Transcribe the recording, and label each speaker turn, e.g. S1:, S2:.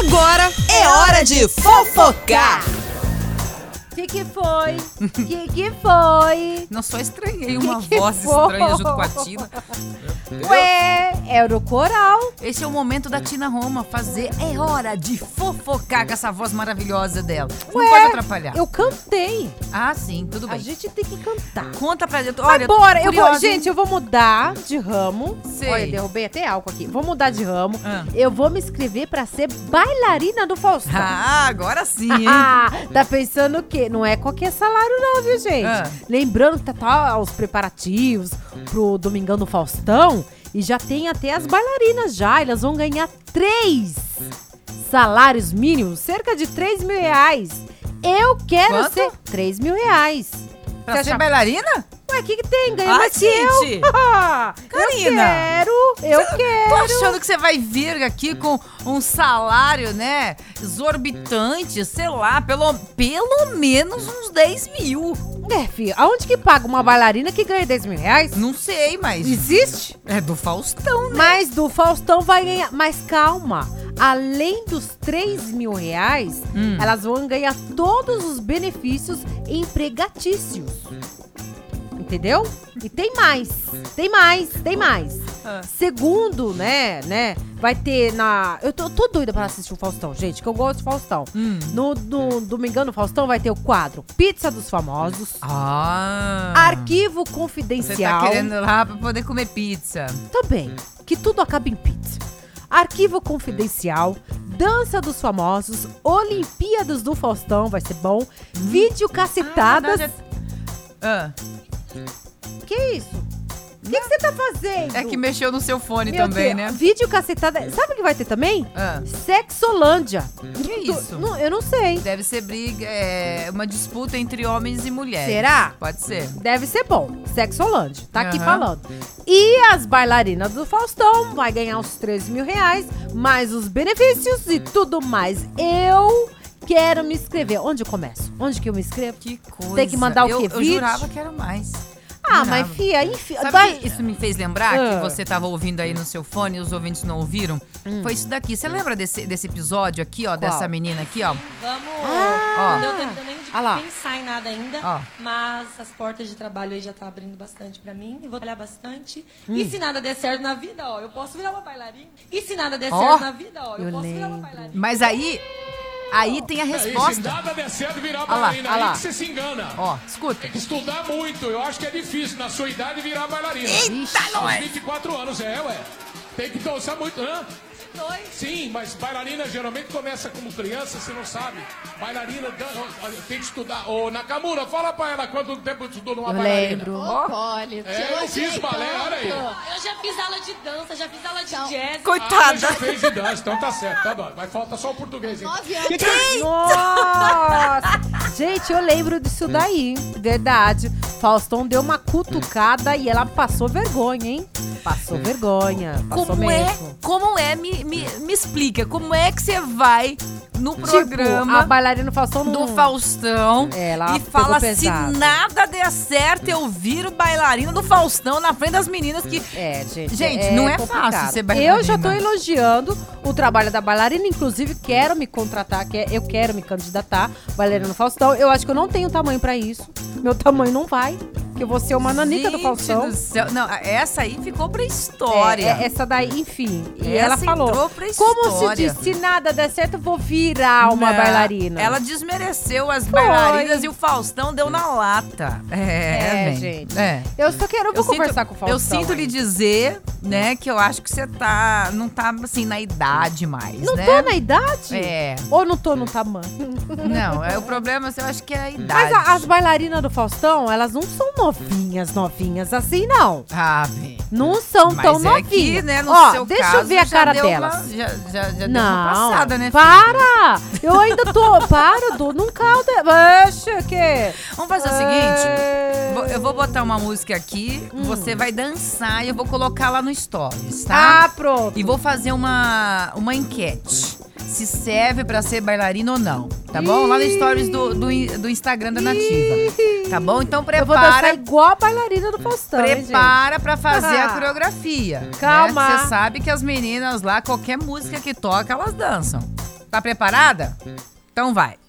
S1: Agora é hora de fofocar!
S2: Que que foi? Que que foi?
S3: Não só estranhei uma
S2: que
S3: voz
S2: foi?
S3: estranha junto com a Tina.
S2: Ué, era o coral.
S3: Esse é o momento da Tina Roma fazer. É hora de fofocar com essa voz maravilhosa dela. Você
S2: Ué,
S3: não pode atrapalhar.
S2: Eu cantei.
S3: Ah, sim, Tá. tudo
S2: A
S3: bem.
S2: gente tem que cantar.
S3: Conta pra gente.
S2: Olha,
S3: Olha,
S2: Bora, eu vou,
S3: curiosa, hein?
S2: gente, eu vou mudar de ramo.
S3: Sei.
S2: Olha, derrubei até álcool aqui. Vou mudar de ramo.
S3: Ah.
S2: Eu vou me inscrever pra ser bailarina do Faustão.
S3: Ah, agora sim, hein?
S2: Ah, tá pensando o quê? Não é qualquer salário não, viu, gente?
S3: Ah.
S2: Lembrando que tá, tá os preparativos pro Domingão do Faustão e já tem até as bailarinas já. Elas vão ganhar três salários mínimos, cerca de três mil reais. Eu quero
S3: Quanto?
S2: ser três mil reais.
S3: pra
S2: você
S3: ser
S2: acha-
S3: bailarina?
S2: Ué, o que, que tem? Ganha
S3: Ah,
S2: mais que eu.
S3: gente.
S2: eu
S3: Karina.
S2: quero, eu quero.
S3: Tô achando que você vai vir aqui com um salário, né? Exorbitante, sei lá, pelo, pelo menos uns 10 mil.
S2: É, filho, aonde que paga uma bailarina que ganha 10 mil reais?
S3: Não sei, mas.
S2: Existe?
S3: É do Faustão, né?
S2: Mas do Faustão vai ganhar. Mas calma. Além dos 3 mil reais,
S3: Hum.
S2: elas vão ganhar todos os benefícios empregatícios. Entendeu? E tem mais. Tem mais, tem mais.
S3: Ah.
S2: Segundo, né, né? Vai ter na. Eu tô, eu tô doida pra assistir o Faustão, gente, que eu gosto do Faustão.
S3: Hum.
S2: No, no Domingão do Faustão vai ter o quadro Pizza dos Famosos,
S3: Ah.
S2: Arquivo
S3: Você
S2: Confidencial.
S3: tá querendo ir lá pra poder comer pizza.
S2: Também,
S3: Hum.
S2: que tudo acaba em pizza. Arquivo Confidencial, Dança dos Famosos, Olimpíadas do Faustão, vai ser bom.
S3: Hum.
S2: Vídeo cacetadas.
S3: é Ah,
S2: Que isso? O que que você tá fazendo?
S3: é que mexeu no seu fone
S2: Meu
S3: também,
S2: Deus,
S3: né?
S2: Vídeo cacetada. Sabe o que vai ter também?
S3: Ah,
S2: Sexolândia.
S3: que
S2: Tu-
S3: isso?
S2: não, eu não sei.
S3: Deve ser briga, é, uma disputa entre homens e mulheres.
S2: Será?
S3: Pode ser.
S2: Deve ser bom. Sexolândia. Tá aqui
S3: Aham.
S2: falando. E as bailarinas do Faustão vai ganhar os 13 mil reais, mais os benefícios e tudo mais. Eu quero me inscrever. Onde eu começo? Onde que eu me inscrevo?
S3: Que coisa.
S2: Tem que mandar o
S3: eu,
S2: quê?
S3: Eu
S2: Vídeo?
S3: jurava que era mais.
S2: Ah,
S3: Jurava.
S2: mas fia, enfim.
S3: Sabe
S2: vai-
S3: que isso me fez lembrar
S2: Ah.
S3: que você tava ouvindo aí no seu fone e os ouvintes não ouviram?
S2: Hum.
S3: Foi isso daqui. Você lembra desse, desse episódio aqui, ó, dessa menina aqui, ó?
S4: Vamos.
S2: Ah.
S4: não deu tempo nem de
S2: Ah lá. Ah.
S4: pensar em nada ainda.
S3: Ó.
S4: Mas as portas de trabalho aí já tá abrindo bastante pra mim. Eu vou trabalhar bastante. E
S2: Hum.
S4: se nada der certo na vida, ó, eu posso virar uma bailarina. E se nada der
S3: Ó.
S4: certo na vida, ó, eu,
S2: Eu
S4: posso virar uma
S2: lembro.
S4: bailarina.
S3: Mas aí. Aí tem a
S5: Aí, se
S3: resposta.
S5: nada der certo, virar
S3: lá,
S5: bailarina.
S3: olha lá.
S5: Aí que você se engana.
S3: Ó, escuta.
S5: Tem que estudar muito. Eu acho que é difícil, na sua idade, virar bailarina.
S3: Eita, não
S5: Aos
S3: é?
S5: 24 anos, é, ué. Tem que dançar muito, hã? Sim, mas bailarina geralmente começa como criança, você não sabe. Bailarina dan- olha, tem que estudar. Ô, Nakamura, fala pra ela quanto tempo estudou numa
S2: Eu
S5: bailarina.
S2: lembro.
S5: É, eu fiz balé, olha aí.
S3: Tá
S4: Eu já fiz aula de dança, já fiz aula de jazz.
S5: Ah,
S3: Coitada.
S5: já fez de dança, então tá certo, tá bom. Mas falta só o português, hein?
S2: Nossa! Gente, eu lembro disso daí, verdade. Faustão deu uma cutucada e ela passou vergonha, hein? Passou vergonha. Passou
S3: Como
S2: mesmo.
S3: é? Como é? Me, me, me explica. Como é que você vai no
S2: Tipo, a
S3: programa
S2: bailarina Faustão não...
S3: do Faustão
S2: É, ela
S3: e fala
S2: pegou
S3: se
S2: pesado.
S3: nada der certo, eu viro bailarina do Faustão na frente das meninas que.
S2: É, gente.
S3: Gente, não é fácil ser bailarina.
S2: Eu já tô elogiando o trabalho da bailarina, inclusive quero me contratar, que- é, eu quero me candidatar, bailarina do Faustão. Eu acho que eu não tenho tamanho pra isso. Meu tamanho não vai, que eu vou ser uma nanica do
S3: Gente
S2: Faustão.
S3: do céu. Não, essa aí ficou pra
S2: É,
S3: história.
S2: é, essa daí, enfim. E
S3: Essa
S2: ela falou.
S3: entrou pra
S2: Como se
S3: história.
S2: diz, se nada der certo, eu vou virar é uma
S3: Não,
S2: bailarina. Hum.
S3: Ela desmereceu as bailarinas e o Faustão deu na lata. É,
S2: É,
S3: bem,
S2: gente.
S3: É.
S2: Eu só quero, eu vou conversar com o Faustão.
S3: Eu sinto lhe
S2: hein?
S3: dizer, né, que eu acho que você tá. Não tá, assim, na idade mais,
S2: Não
S3: né?
S2: tô na idade?
S3: É.
S2: Ou não tô no tamanho?
S3: Não, é o problema, assim, eu acho que é a idade.
S2: Mas a- as bailarinas do Faustão, elas não são novinhas, novinhas assim, não.
S3: Ah, bem.
S2: Não são
S3: Mas
S2: tão
S3: é
S2: novinhas.
S3: que, né, no
S2: Ó,
S3: seu
S2: deixa eu
S3: caso,
S2: ver a
S3: já
S2: cara
S3: deu
S2: delas.
S3: uma- já já, já deu uma
S2: Não,
S3: passada, né? filho?
S2: para! Eu ainda tô, para, do num caldo. é, Oxe, É, que...
S3: Vamos fazer é o seguinte. Vou- Eu vou botar uma música aqui,
S2: Hum.
S3: você vai dançar e eu vou colocar lá no stories, tá?
S2: Ah, pronto.
S3: E vou fazer uma, uma enquete. Se serve pra ser bailarina ou não, tá bom? Lá no stories do, do, in- do Instagram da Nativa. Tá bom? Então
S2: Eu vou dançar
S3: prepara.
S2: igual a bailarina do Faustão, hein, gente?
S3: Prepara pra fazer
S2: Ah.
S3: a coreografia. né?
S2: Calma.
S3: Você sabe que as meninas lá, qualquer música que toca, elas dançam. Tá preparada? Então vai.